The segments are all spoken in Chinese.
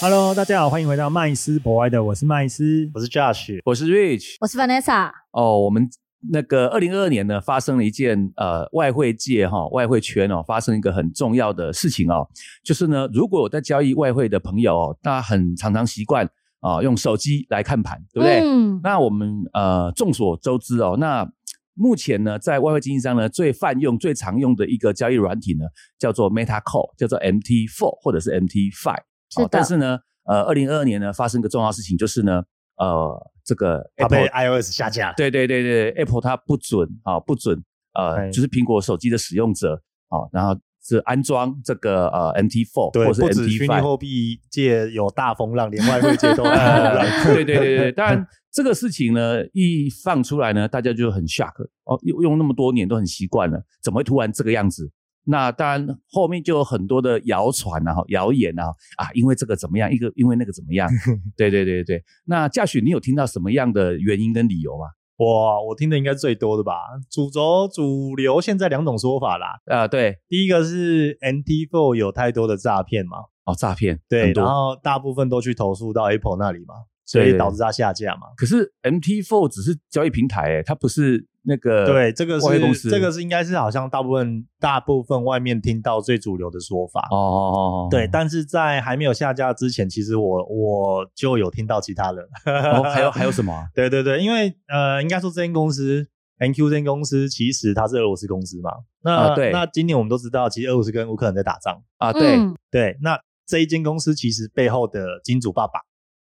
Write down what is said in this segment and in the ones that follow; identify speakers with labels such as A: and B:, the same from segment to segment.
A: Hello，大家好，欢迎回到麦斯博爱的，我是麦斯。
B: 我是 Josh。
C: 我是 Rich。
D: 我是 Vanessa，
C: 哦，我们那个二零二二年呢，发生了一件呃外汇界哈、外汇圈哦，发生一个很重要的事情哦，就是呢，如果有在交易外汇的朋友哦，那很常常习惯啊、用手机来看盘，对不对？
B: 哦
D: 嗯，
C: 那我们呃众所周知哦，那目前呢，在外汇经纪商呢最泛用、最常用的一个交易软体呢，叫做 Meta Call，叫做 MT Four 或者是 MT Five。
D: 是的嗯
C: 但是呢，呃，二零二二年呢发生一个重要事情，就是呢，呃，这个
B: 他
A: 哎
C: Apple
B: 被 iOS 下架了，
C: 对对对对，Apple 它不准啊、不准
B: 哎
C: 呃，就是苹果手机的使用者啊、然后是安装这个呃 MT4
B: 对，
C: 或者
B: 不
C: 是
B: 止虚拟
C: MT5。
B: 货币界有大风浪，连外汇界都有大风浪。
C: 呃 对对对对，当然这个事情呢一放出来呢，大家就很 shock 哦，用用那么多年都很习惯了，怎么会突然这个样子？那当然，后面就有很多的谣传啊、谣言啊啊，因为这个怎么样，一个因为那个怎么 样，对对对对。那嘉许，你有听到什么样的原因跟理由吗？
B: 哇，我听的应该最多的吧？主轴主流现在两种说法啦，
C: 啊、对，
B: 第一个是 NT4 有太多的诈骗嘛，
C: 哦，诈骗，
B: 对，
C: 很多
B: 然后大部分都去投诉到 Apple 那里嘛，所
C: 对
B: 以
C: 对
B: 导致它下架嘛。
C: 可是 MT4 只是交易平台、欸，它不是那个
B: 对，这个
C: 呃外汇公司
B: 是这个是应该是好像大部分大部分外面听到最主流的说法。
C: 哦哦哦哦，
B: 对，但是在还没有下架之前，其实我我就有听到其他人，
C: 哦还有还有什么啊、
B: 对对对，因为呃，应该说这间公司 NQ 这间公司其实它是俄罗斯公司嘛，那、
C: 啊对
B: 那今年我们都知道，其实俄罗斯跟乌克兰在打仗，
C: 啊？对、
D: 嗯
B: 对，那这一间公司其实背后的金主爸爸，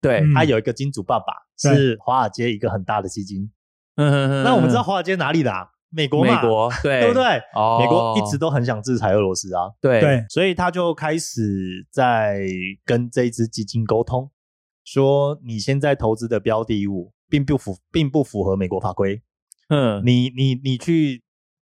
C: 对，
A: 嗯
B: 他有一个金主爸爸
A: 对
B: 是华尔街一个很大的基金，
C: 那
B: 那我们知道华尔街哪里的、啊？美国
C: 嗯 美
B: 嘛，
C: 国 对
B: 对不对？
C: 哦，
B: 美国一直都很想制裁俄罗斯啊，
C: 对
A: 对，
B: 所以他就开始在跟这一支基金沟通，说你现在投资的标的物并不符，并不符合美国法规。
C: 嗯
B: 你你你去，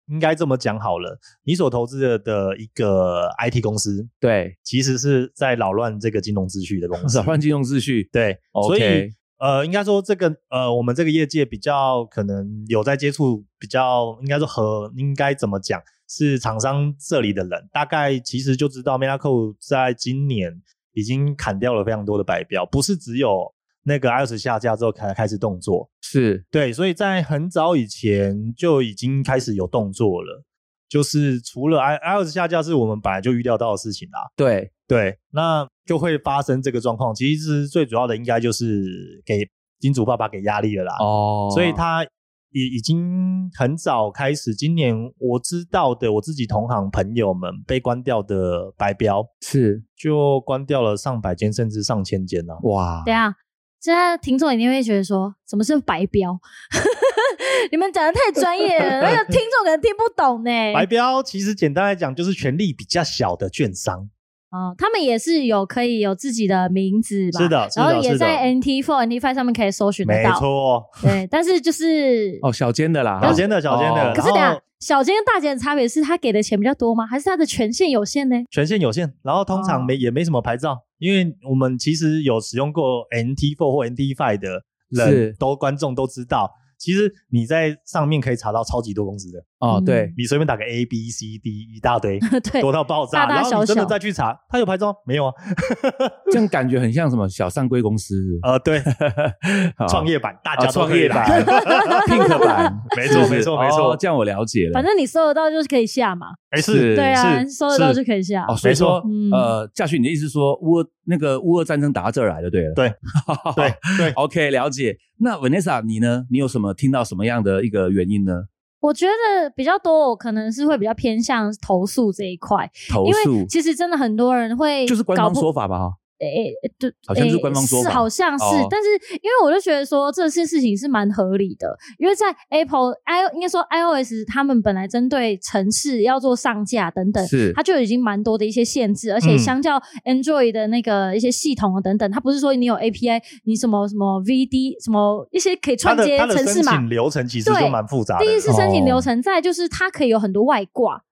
B: 应该这么讲好了，你所投资的的一个 IT 公司，
C: 对，
B: 其实是在扰乱这个金融秩序的公司
C: 扰。乱金融秩序，
B: 对，所
C: OK
B: 以呃，应该说这个呃，我们这个业界比较可能有在接触，比较应该说和应该怎么讲，是厂商这里的人，大概其实就知道 m e l a c o 在今年已经砍掉了非常多的白标，不是只有那个 iOS 下架之后才开始动作，
C: 是
B: 对，所以在很早以前就已经开始有动作了。就是除了 i iOS 下架是我们本来就预料到的事情啦、
C: 对
B: 对，那就会发生这个状况。其实最主要的应该就是给金主爸爸给压力了啦，
C: 哦，
B: 所以他已已经很早开始。今年我知道的，我自己同行朋友们被关掉的白标，
C: 是
B: 就关掉了上百间甚至上千间啊。
C: 哇
D: 等一下，现在听众一定会觉得说，什么是白标？ 你们讲的太专 业了，那个听众可能听不懂呢。
B: 白标其实简单来讲就是权力比较小的券商，
D: 哦，他们也是有可以有自己的名字吧？
B: 是的是的
D: 然后也
B: 是的
D: 在 NT Four、NT Five 上面可以搜寻得
B: 没
D: 到。
B: 错，哦
D: 对，但是就是，
C: 哦小间的啦，
B: 小间的
C: 哦
B: 小间的
C: 哦
D: 嗯可是等一
B: 然
D: 下
B: 后
D: 小间跟大间的差别是他给的钱比较多吗？还是他的权限有限呢？
B: 权限有限，然后通常
D: 哦
B: 没、也没什么牌照，因为我们其实有使用过 NT4 或 NT5 的
C: 是
B: 人，都观众都知道，其实你在上面可以查到超级多公司的，
C: 哦
D: 嗯
C: 对，
B: 你随便打个 A B C D 一大堆，
D: 对，
B: 多到爆炸，
D: 大大
B: 然后你真
D: 小
B: 的
D: 小
B: 再去查，它有牌照没有啊？
C: 这样感觉很像什么小上规公 司，
B: 呃，对，
D: 哦
C: 好
B: 创业板，大
C: 啊
B: 家都
C: 创
B: 可以
C: 业
B: 来
C: 版、Pink 版，
B: 没错
C: 是不是
B: 没错没错
C: 哦这样我了解了
D: 反。正你搜得到就是可以下嘛。
B: 哎是，
C: 是
D: 对啊，
B: 是
D: 搜得到
B: 是
D: 就可以下。
C: 哦，所以
B: 没错
C: 说，
D: 嗯
C: 呃，驾训，你的意思是说乌俄那个乌俄战争打到这儿来就对了。
B: 对对对
C: ，OK，了解。那 Vanessa，你呢？你有什么听到什么样的一个原因呢？
D: 我觉得比较多，我可能是会比较偏向投诉这一块，
C: 投
D: 因为
C: 诉
D: 其实真的很多人会
C: 就是官
D: 搞
C: 方
D: 不
C: 说法吧？哈，
D: 诶、对，
C: 好像是
D: 诶
C: 官方说
D: 是
C: 法
D: 好像是，
C: 哦
D: 但是因为我就觉得说这些事情是蛮合理的，因为在 Apple i 应该说 iOS 他们本来针对城市要做上架等等，
C: 是
D: 它就已经蛮多的一些限制，而且
A: 嗯
D: 相较 Android 的那个一些系统啊等等，它不是说你有 API，你什么什么 VD 什么一些可以
A: 它
D: 串
A: 的
D: 接
A: 它的
D: 城市
A: 申
D: 嘛
A: 请，流程其实就
D: 对
A: 蛮复杂的。
D: 第一是申请流
C: 哦
D: 程，再就是它可以有很多外挂。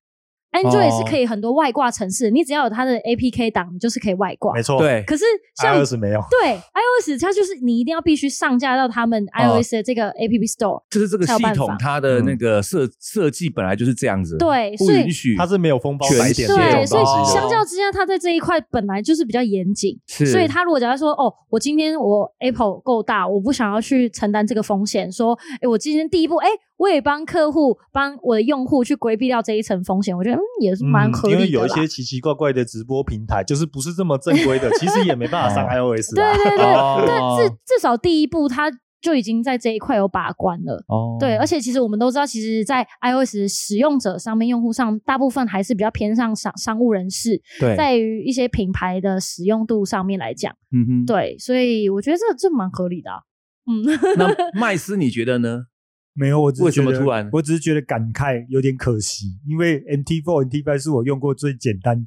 D: Android
A: 哦
D: 是可以很多外挂城市，你只要有它的 APK 档，你就是可以外挂。
B: 哦
A: 没错，
C: 对，
D: 可是像
A: ，iOS 没有。
D: 对 iOS，它就是你一定要必须上架到他们
A: 哦
D: iOS 的这个 App Store。
C: 就是这个
D: 才有
C: 系
D: 办
C: 统
D: 法
C: 它
B: 嗯
C: 的那个设设计本来就是这样子，，
D: 对，
C: 不
D: 所
C: 允
D: 以
C: 许
A: 它是没有封包
C: 全
A: 白点
C: 是这
D: 对，
C: 种
A: 这
D: 所
A: 种
D: 以
A: 东西的，
D: 相较之下，它在这一块本来就是比较严谨。
C: 是，
D: 所以他如果假如说哦，我今天我 Apple 够大，我不想要去承担这个风险，说，哎，我今天第一步，哎，我也帮客户、帮我的用户去规避掉这一层风险，我觉得嗯也是蛮合理
A: 因
D: 的啦。
A: 为有一些奇奇怪怪的直播平台，就是不是这么正 规的，其实也没办法上 iOS
D: 对
A: 啦。
D: 对对，
C: 哦
D: 但至至少第一步他就已经在这一块有把关了。
C: 哦
D: 对，而且其实我们都知道，其实，在 iOS 使用者上面，用户上大部分还是比较偏向商商务人士，
C: 对，
D: 在于一些品牌的使用度上面来讲，
C: 嗯哼，
D: 对，所以我觉得这这蛮合理的啊、嗯，
C: 那麦斯你觉得呢？
B: 没有，我只是
C: 为什么
B: 觉得
C: 突然
B: 我只是觉得感慨有点可惜，因为 MT4、MT5 是我用过最简 单、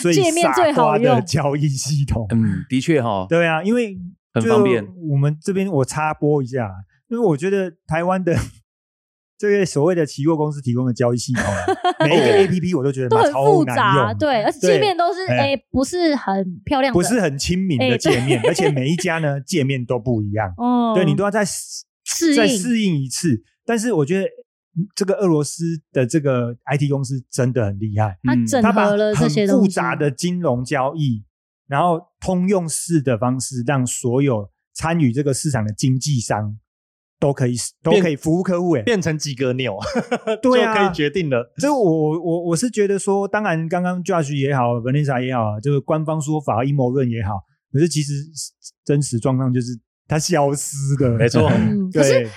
B: 最
D: 界面最
B: 傻瓜
D: 好用
B: 的交易系统。
C: 嗯，的确哈，
B: 对啊，因为
C: 很
B: 就
C: 方便。
B: 我们这边我插播一下，因为我觉得台湾的 这个所谓的期货公司提供的交易系统啊， 每一个 A P P 我都觉得
D: 都
B: 妈
D: 很
B: 超
D: 复
B: 难
D: 杂，
B: 用，，
D: 对，而且
B: 对
D: 界面都是
B: 哎
D: 哎、不是很漂亮的，
B: 不是很亲民
D: 哎
B: 的界面，
D: 对
B: 而且每一家呢界面都不一样，
D: 哦，
B: 对你都要再
D: 适
B: 再
D: 应
B: 适应一次。但是我觉得这个俄罗斯的这个 I T 公司真的很厉害，
D: 它
C: 嗯
D: 整
B: 他把
D: 合了这
B: 很
D: 些东
B: 复
D: 西
B: 杂的金融交易，然后通用式的方式，让所有参与这个市场的经纪商都可以都可以服务客户。哎，
A: 变成几个 钮，
B: 对
A: 就可
B: 啊
A: 以决定了。
B: 这我我我我是觉得说，当然刚刚 Josh 也好，Vanessa 也好，就是官方说法阴谋论也好，可是其实真实状况就是它消失的，
A: 没错
D: 嗯可是
B: 对。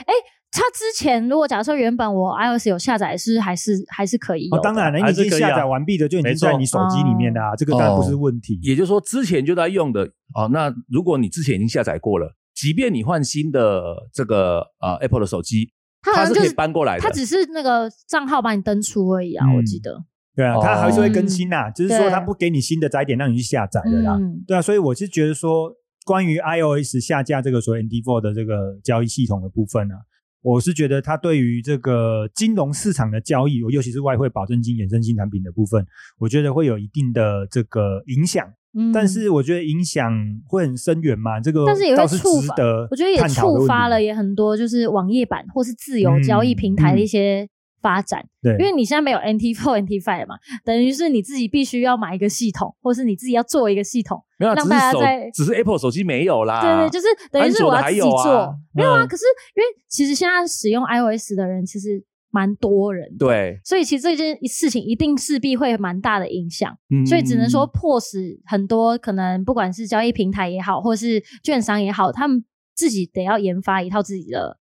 D: 它之前如果假设原本我 iOS 有下载是还是还是可以有
B: 哦
D: 的，，
B: 当然了，
A: 还
B: 已
A: 是
B: 经
A: 可以啊
B: 下载完毕的就已经
A: 没错哦
B: 在你手机里面啦、
D: 哦
B: 这个当然不是问题。
C: 也就是说，之前就在用的哦。那如果你之前已经下载过了，即便你换新的这个呃 Apple 的手机，
D: 它好
C: 它
D: 像
C: 是
D: 就
C: 可以
D: 是
C: 搬过来的。
D: 它只是那个账号把你登出而已啊，
B: 嗯
D: 我记得。
B: 对啊，它还是会更新啦、就是说
D: 嗯对
B: 它不给你新的载点让你去下载的啦。
D: 嗯，
B: 对啊，所以我是觉得说，关于 iOS 下架这个所谓 ND4 的这个交易系统的部分呢、啊我是觉得它对于这个金融市场的交易，尤其是外汇保证金衍生性产品的部分，我觉得会有一定的这个影响。
D: 嗯
B: 但是我觉得影响会很深远嘛，这个
D: 但是也会
B: 倒是
D: 触
B: 值
D: 发
B: 得
D: 我觉得也
B: 探讨的问题嗯
D: 触发了也很多，就是网页版或是自由交易平台的一些发展。
B: 对，
D: 因为你现在没有 NT4、NT5 了嘛，等于是你自己必须要买一个系统，或是你自己要做一个系统。
C: 没有啊，
D: 让
C: 只
D: 大
C: 是手
D: 家在，
C: 只是 Apple 手机没有
B: 啊
C: 啦。
D: 对对，就是等于是我要自己
C: 安卓的还有
D: 做
C: 啊。
D: 没有啊，
C: 嗯
D: 可是因为其实现在使用 iOS 的人其实蛮多人的，
C: 对，
D: 所以其实这件事情一定势必会蛮大的影响。
C: 嗯
D: 所以只能说迫使很多可能不管是交易平台也好，或是券商也好，他们自己得要研发一套自己的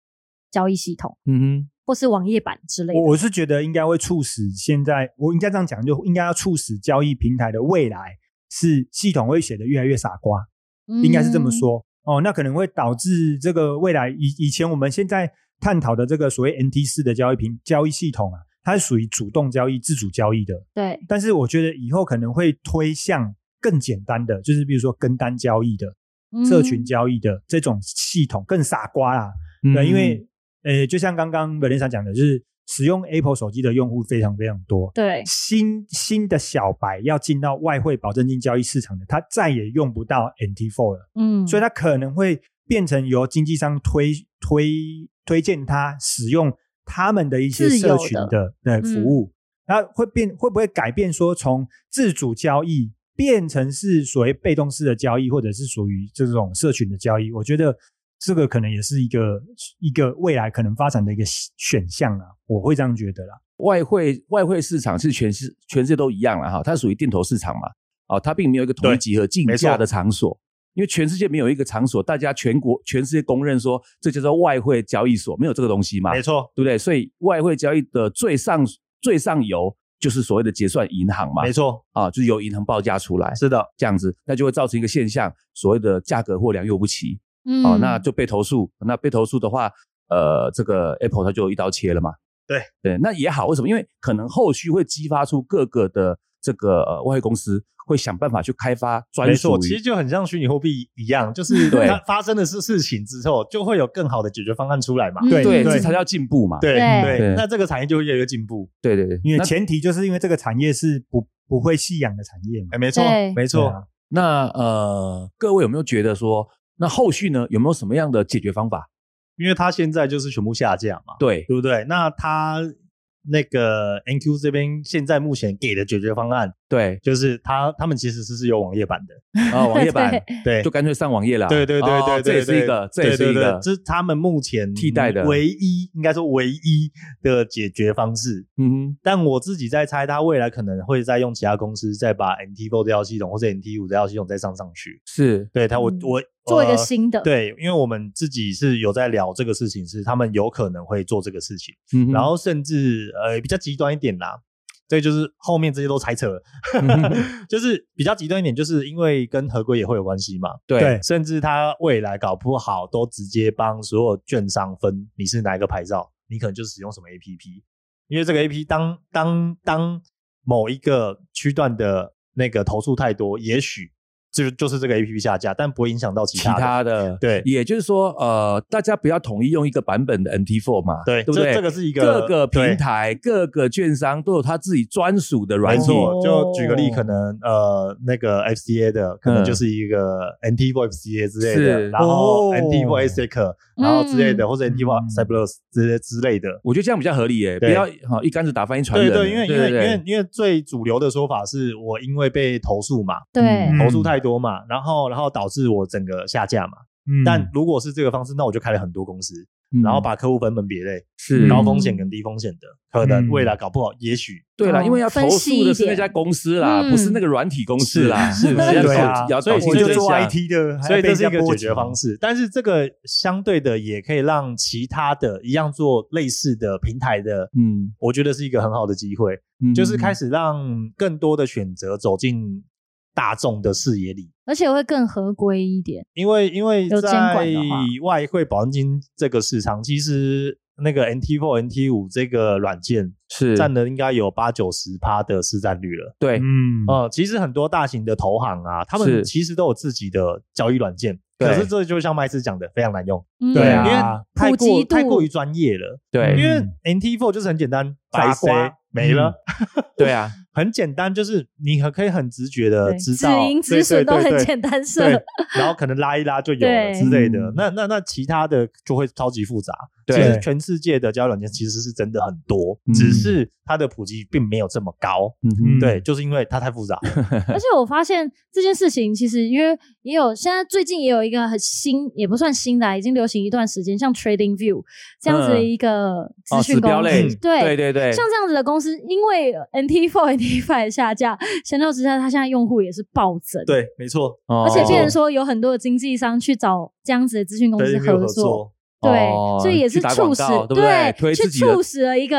D: 交易系统，
C: 嗯
D: 或是网页版之类
B: 我
D: 的。
B: 我是觉得应该会促使现在，我应该这样讲，就应该要促使交易平台的未来是系统会写的越来越傻瓜，应该是
D: 嗯
B: 这么说哦。那可能会导致这个未来以以前我们现在探讨的这个所谓 NT 四的交易平交易系统啊，它是属于主动交易、自主交易的，
D: 嗯。对，
B: 但是我觉得以后可能会推向更简单的，就是比如说跟单交易的、
D: 嗯
B: 社群交易的这种系统更傻瓜啦，
C: 哼，
B: 对，因
C: 嗯
B: 为呃，就像刚刚 Vanessa 讲的，就是使用 Apple 手机的用户非常非常多。
D: 对，
B: 新新的小白要进到外汇保证金交易市场的，他再也用不到 NT4 了，
D: 嗯，
B: 所以他可能会变成由经纪商推推推荐他使用他们的一些
D: 自由
B: 社
D: 的
B: 群的的
D: 嗯
B: 服务，那会变会不会改变说从自主交易变成是所谓被动式的交易，或者是属于这种社群的交易？我觉得这个可能也是一个一个未来可能发展的一个选项啊，我会这样觉得啦。
C: 外汇外汇市场是全世全世界都一样了哈，它属于定投市场嘛，哦，它并没有一个统一
A: 对
C: 集合竞
A: 没
C: 价
A: 错
C: 的场所，因为全世界没有一个场所，大家全国全世界公认说这叫做外汇交易所，没有这个东西嘛，
A: 没
C: 对
A: 错，
C: 不对？所以外汇交易的最上最上游就是所谓的结算银行嘛，
B: 没错，
C: 啊，就是由银行报价出来，
B: 是的，
C: 这样子，那就会造成一个现象，所谓的价格货量又不齐，
D: 嗯，
C: 哦，那就被投诉。那被投诉的话，呃，这个 Apple 它就一刀切了嘛。
B: 对
C: 对，那也好，为什么？因为可能后续会激发出各个的这个呃外汇公司会想办法去开发专
B: 没
C: 属
B: 错，
C: 于
B: 其实就很像虚拟货币一样，就是
C: 对
B: 它发生的是事情之后，就会有更好的解决方案出来嘛。
D: 嗯
A: 对
C: 对，
A: 对
C: 这才叫进步嘛。
B: 对
D: 对
C: 对
B: 那这个产业就会越来越进步。
C: 对对对，
A: 因为
C: 那
A: 前提就是因为这个产业是不不会弃养的产业嘛。
B: 哎，没错
D: 对，
B: 没
A: 对
B: 错
A: 啊。
C: 那呃，各位有没有觉得说，那后续呢有没有什么样的解决方法？
B: 因为它现在就是全部下架嘛，
C: 对
B: 对不对？那它那个 NQ 这边现在目前给的解决方案，
C: 对，
B: 就是它他们其实是是有网页版的，
C: 啊，网页版
D: 对
B: 对
C: 就，干脆上网页了。
B: 对对对
C: 哦
B: 对对，
C: 这也是一个，这也是一
B: 对对对
C: 个，
B: 这是他们目前
C: 替代的
B: 唯一，应该说唯一的解决方式。
C: 嗯哼，
B: 但我自己在猜，他未来可能会再用其他公司再把 NT4 这套系统或者 NT5 这套系统再上上去。
C: 是
B: 对他，我
D: 嗯
B: 我
D: 做一个
B: 呃
D: 新的，
B: 对，因为我们自己是有在聊这个事情，是他们有可能会做这个事情，
C: 嗯哼，
B: 然 后甚至呃比较极端一点啦，这就是后面这些都猜测了，就是比较极端一点，就是因为跟合规也会有关系嘛，
C: 对
A: 对
B: 甚至他未来搞不好都直接帮所有券商分你是哪一个牌照，你可能就使用什么 APP，因为这个 APP 当当当某一个区段的那个投诉太多，也许就就是这个 APP 下架，但不会影响到其
C: 其
B: 他的。
C: 他的
B: 对
C: 也就是说，呃，大家不要统一用一个版本的 MT4 嘛，
B: 对，
C: 对不对？
B: 这这个是一个
C: 各个
B: 对
C: 平台、各个券商都有他自己专属的软
B: 没
C: 体，
B: 错，就举个例，
C: 哦
B: 可能呃，那个 FCA 的可能就是一个 NT4 FCA 之类的，
C: 嗯是
B: 然后
A: 哦
B: NT4 ASIC，然后之类的，
D: 嗯
B: 或者 NT4
A: 嗯
B: Cyprus 之类之类的。
C: 我觉得这样比较合理耶，不
B: 对
C: 要哈一竿子打翻一船
B: 对
C: 人。
B: 对，因为因为因
C: 对
B: 为因为最主流的说法是我因为被投诉嘛，
D: 对
A: 嗯
B: 投诉太多嘛，然后然后导致我整个下架嘛。
A: 嗯
B: 但如果是这个方式，那我就开了很多公司，
C: 嗯
B: 然后把客户分门别类，
C: 是
B: 高风险跟低风险的，可能
A: 嗯
B: 未来搞不好，也许
C: 对
D: 哦
C: 啦，因为要投
D: 分析
C: 诉的是
D: 一
C: 那
D: 点
C: 家公司啦，
D: 嗯
C: 不是那个软体公司啦，
B: 是是
C: 人家
B: 嗯 对
A: 啊
C: 搞要
B: 所以
C: 搞
A: 我就
C: 清楚
A: 做
C: 一下
A: IT 的，还
B: 所以
A: 被
B: 这是一
A: 人家
B: 个
A: 啊波
B: 解
A: 及
B: 决方。式，但是这个相对的也可以让其他的一样做类似的平台的，
C: 嗯，
B: 我觉得是一个很好的机会，
C: 嗯
B: 就是开始让更多的选择走进大众的视野里。
D: 而且会更合规一点。
B: 因为因为
D: 有监
B: 在
D: 管的话
B: 外汇保证金这个市场，其实那个 NT4、NT5 这个软件
C: 是
B: 占了应该有八九十趴的市占率了。
C: 对
A: 嗯，
B: 呃，其实很多大型的投行啊，他
C: 是
B: 们其实都有自己的交易软件，
C: 对
B: 可是这就像麦斯讲的，非常难用。
D: 嗯
A: 对啊
B: 因为太
D: 普及
B: 过
D: 度
B: 太过于专业了。因
C: 对嗯
B: 为 NT4 就是很简单，
A: 傻
B: 白
A: 瓜
B: 瓜没了，
C: 对啊，
B: 很简单，就是你很可以很直觉的
D: 对
B: 呃知
D: 止
B: 道
D: 盈
B: 对
D: 止损都
B: 对
D: 很
B: 对
D: 简单
B: 对
D: 设，，
B: 然后可能拉一拉就有了
D: 对
B: 之类的
A: 嗯。
B: 那那那其他的就会超级复杂。其
C: 对
B: 实全世界的交易软件其实是真的很多
C: 嗯，
B: 只是它的普及并没有这么高。
C: 嗯哼
A: 嗯
B: 对，就是因为它太复杂。
D: 而且我发现这件事情，其实因为也有现在最近也有一个很新，也不算新的啊，已经流行一段时间，像 Trading View 这样子的一个资
C: 哦，
D: 讯
C: 指
D: 公
C: 标
D: 司，
C: 类，
D: 对
C: 对对对，
D: 像这样子的公司，因为 NT Four、NT Five 下架，相较之下，它现在用户也是暴增，，
B: 对，没错，
C: 而
D: 而且变成说有很多的经纪商去找这样子的资讯公司
B: 对，没有合
D: 作，
B: 作。
D: 对，
C: 哦
D: 所以也是
C: 去打
D: 促
C: 广
D: 使
C: 告对不对推
D: 去
C: 自己的
D: 促使了一个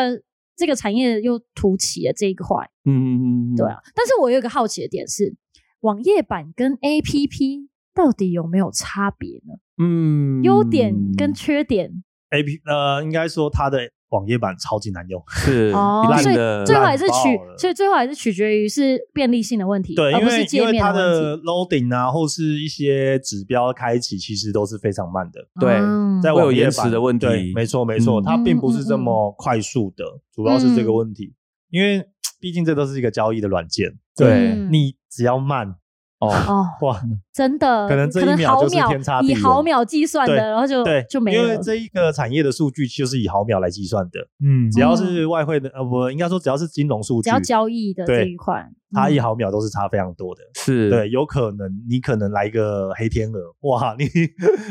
D: 这个产业又突起了这一块，
C: 嗯嗯嗯，嗯
D: 对，啊。但是我有一个好奇的点是，网页版跟 APP 到底有没有差别呢？
C: 嗯，
D: 优点跟缺点
B: A P 呃，应该说它的网页版超级难用。
C: 是
D: 哦
C: 烂
D: 所以
C: 的
D: 最后
B: 呃烂
D: 还是
B: 爆
D: 取，
B: 了
D: 所以最后还是取决于是便利性的问题，
B: 对，
D: 而
B: 因
D: 不是
B: 为因
D: 界
B: 为
D: 面
B: 它
D: 问题。
B: 的 loading 啊，或是一些指标开启，其实都是非常慢的。
C: 对
D: 嗯
B: 在
C: 会有
B: 网页
C: 延迟
B: 版
C: 的问
B: 对
C: 题
B: 没错没错，
C: 嗯
B: 它并不是这
D: 嗯嗯嗯嗯
B: 么快速的，主要是这个问题。因为毕竟这都是一个交易的软件，
C: 对
D: 嗯
B: 你只要慢，
C: 哦，
D: 哦，
B: 哇，
D: 真的，
B: 可能这一秒
D: 毫
B: 就是
D: 秒
B: 天差地
D: 以
B: 远
D: 毫秒计算的，
B: 对
D: 然后就
B: 对，
D: 哦就没
B: 因为
D: 了。
B: 这一个产业的数据就是以毫秒来计算的，
A: 嗯，
B: 只要是外汇的，呃，不，应该说只要是金融数
D: 哦
B: 据，
D: 只要交易的这
B: 对
D: 一块，
B: 它
D: 嗯
B: 一毫秒都是差非常多的。
C: 是，
B: 对，有可能你可能来一个黑天鹅，哇，你你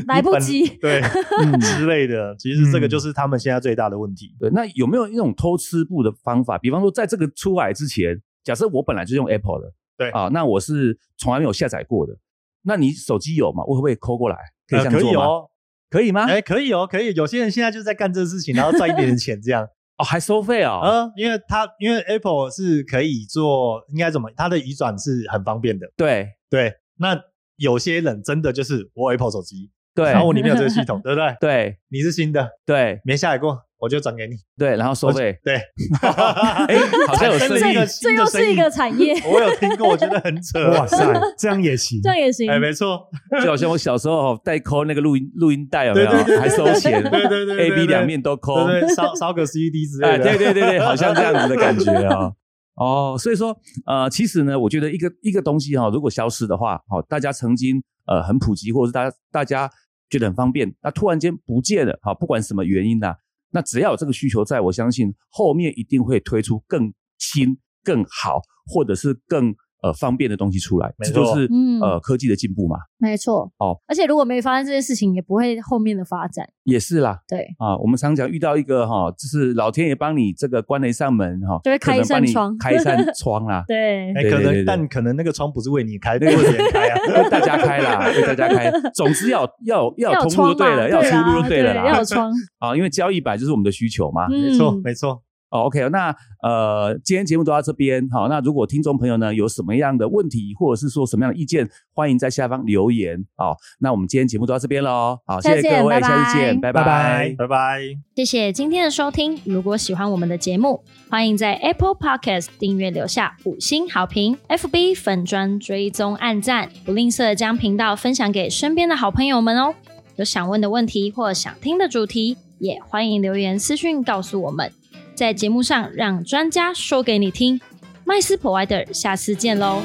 D: 来不
B: 本
D: 及
B: 对
C: 嗯
B: 之类的。其实这个
A: 嗯
B: 就是他们现在最大的问题。
C: 对，那有没有一种偷吃步的方法？比方说，在这个出来之前，假设我本来就用 Apple 的，
B: 对
C: 啊，那我是从来没有下载过的，那你手机有吗？我会不会抠过来？可以
B: 呃
C: 啊这样
B: 可
C: 做
B: 以
C: 吗？
B: 哦，
C: 可以吗？
B: 哎，可以哦，可以。有些人现在就在干这事情，然后赚一点点钱，这样
C: 哦，还收费哦，
B: 呃，因为它因为 Apple 是可以做，应该怎么？它的移转是很方便的。
C: 对
B: 对，那有些人真的就是我有 Apple 手机，
C: 对
B: 然后我里面有这个系统，对不对？
C: 对
B: 你是新的，
C: 对
B: 没下载过，我就转给你。
C: 对，然后收费，
B: 对，
C: 哎， 好像有
B: 产生
C: 生
B: 了一
C: 意
B: 个
D: 这
B: 新
D: 这
B: 的
D: 又
B: 生
D: 是
B: 意
D: 一个产业，
B: 我有听过，我觉得很扯。
A: 哇塞，这样也行
D: 这。样也行
B: 哎、。没错，
C: 就好像我小时候哦带抠那个录音录音带有没有
B: 对对对？对
C: 还收钱
B: 对对对对
C: ，A
B: 对
C: B 两面都抠，
B: 对对，烧烧个 CD 之类
C: 哎，
B: 的，
C: 对对对对，好像这样子的 感觉啊、哦。所以说，呃，其实呢，我觉得一个一个东西哈、如果消失的话，好、大家曾经呃很普及，或者是大家大家觉得很方便，那突然间不见了，好、不管什么原因呐、那只要有这个需求在，我相信后面一定会推出更新、更好，或者是更呃方便的东西出来。
B: 没
C: 这
B: 错
C: 就是、
D: 嗯
C: 呃科技的进步嘛，
D: 没错，
C: 哦，
D: 而且如果没发生这件事情，也不会后面的发展。
C: 也是啦。
D: 对，
C: 啊，我们常讲遇到一个哈、就是老天爷帮你这个关了一扇门哈，
D: 就会开一扇
C: 可能帮你
D: 窗
C: 开一 扇窗啊啦、
D: 对，
B: 哎、
C: 对
B: 可
C: 对
B: 能
C: 对对
B: 但可能那个窗不是为你开，那个为别人开啊。
C: 为大家开 啦，为大家开。总之要要要有
D: 有
C: 通路
D: 窗
C: 就对了，
D: 嘛，
C: 要有出
D: 啦
C: 路就对了
D: 对要
C: 啦
D: 有。窗，
C: 啊，因为交易版就是我们的需求嘛。
D: 嗯
B: 没错，没错，
C: 哦，OK，那呃，今天节目都到这边。好，那如果听众朋友呢有什么样的问题，或者是说什么样的意见，欢迎在下方留言。好，那我们今天节目都到这边喽。好，谢
D: 下次
C: 谢各
D: 见
C: 位，
D: 拜
C: 下次
D: 拜
C: 见，
A: 拜拜
B: 拜拜。
D: 谢谢今天的收听。如果喜欢我们的节目，欢迎在 Apple Podcast 订阅留下五星好评，FB 粉砖追踪按赞，不吝啬将频道分享给身边的好朋友们哦。有想问的问题或想听的主题，也欢迎留言私讯告诉我们，在节目上让专家说给你听。麦斯 Provider，下次见喽。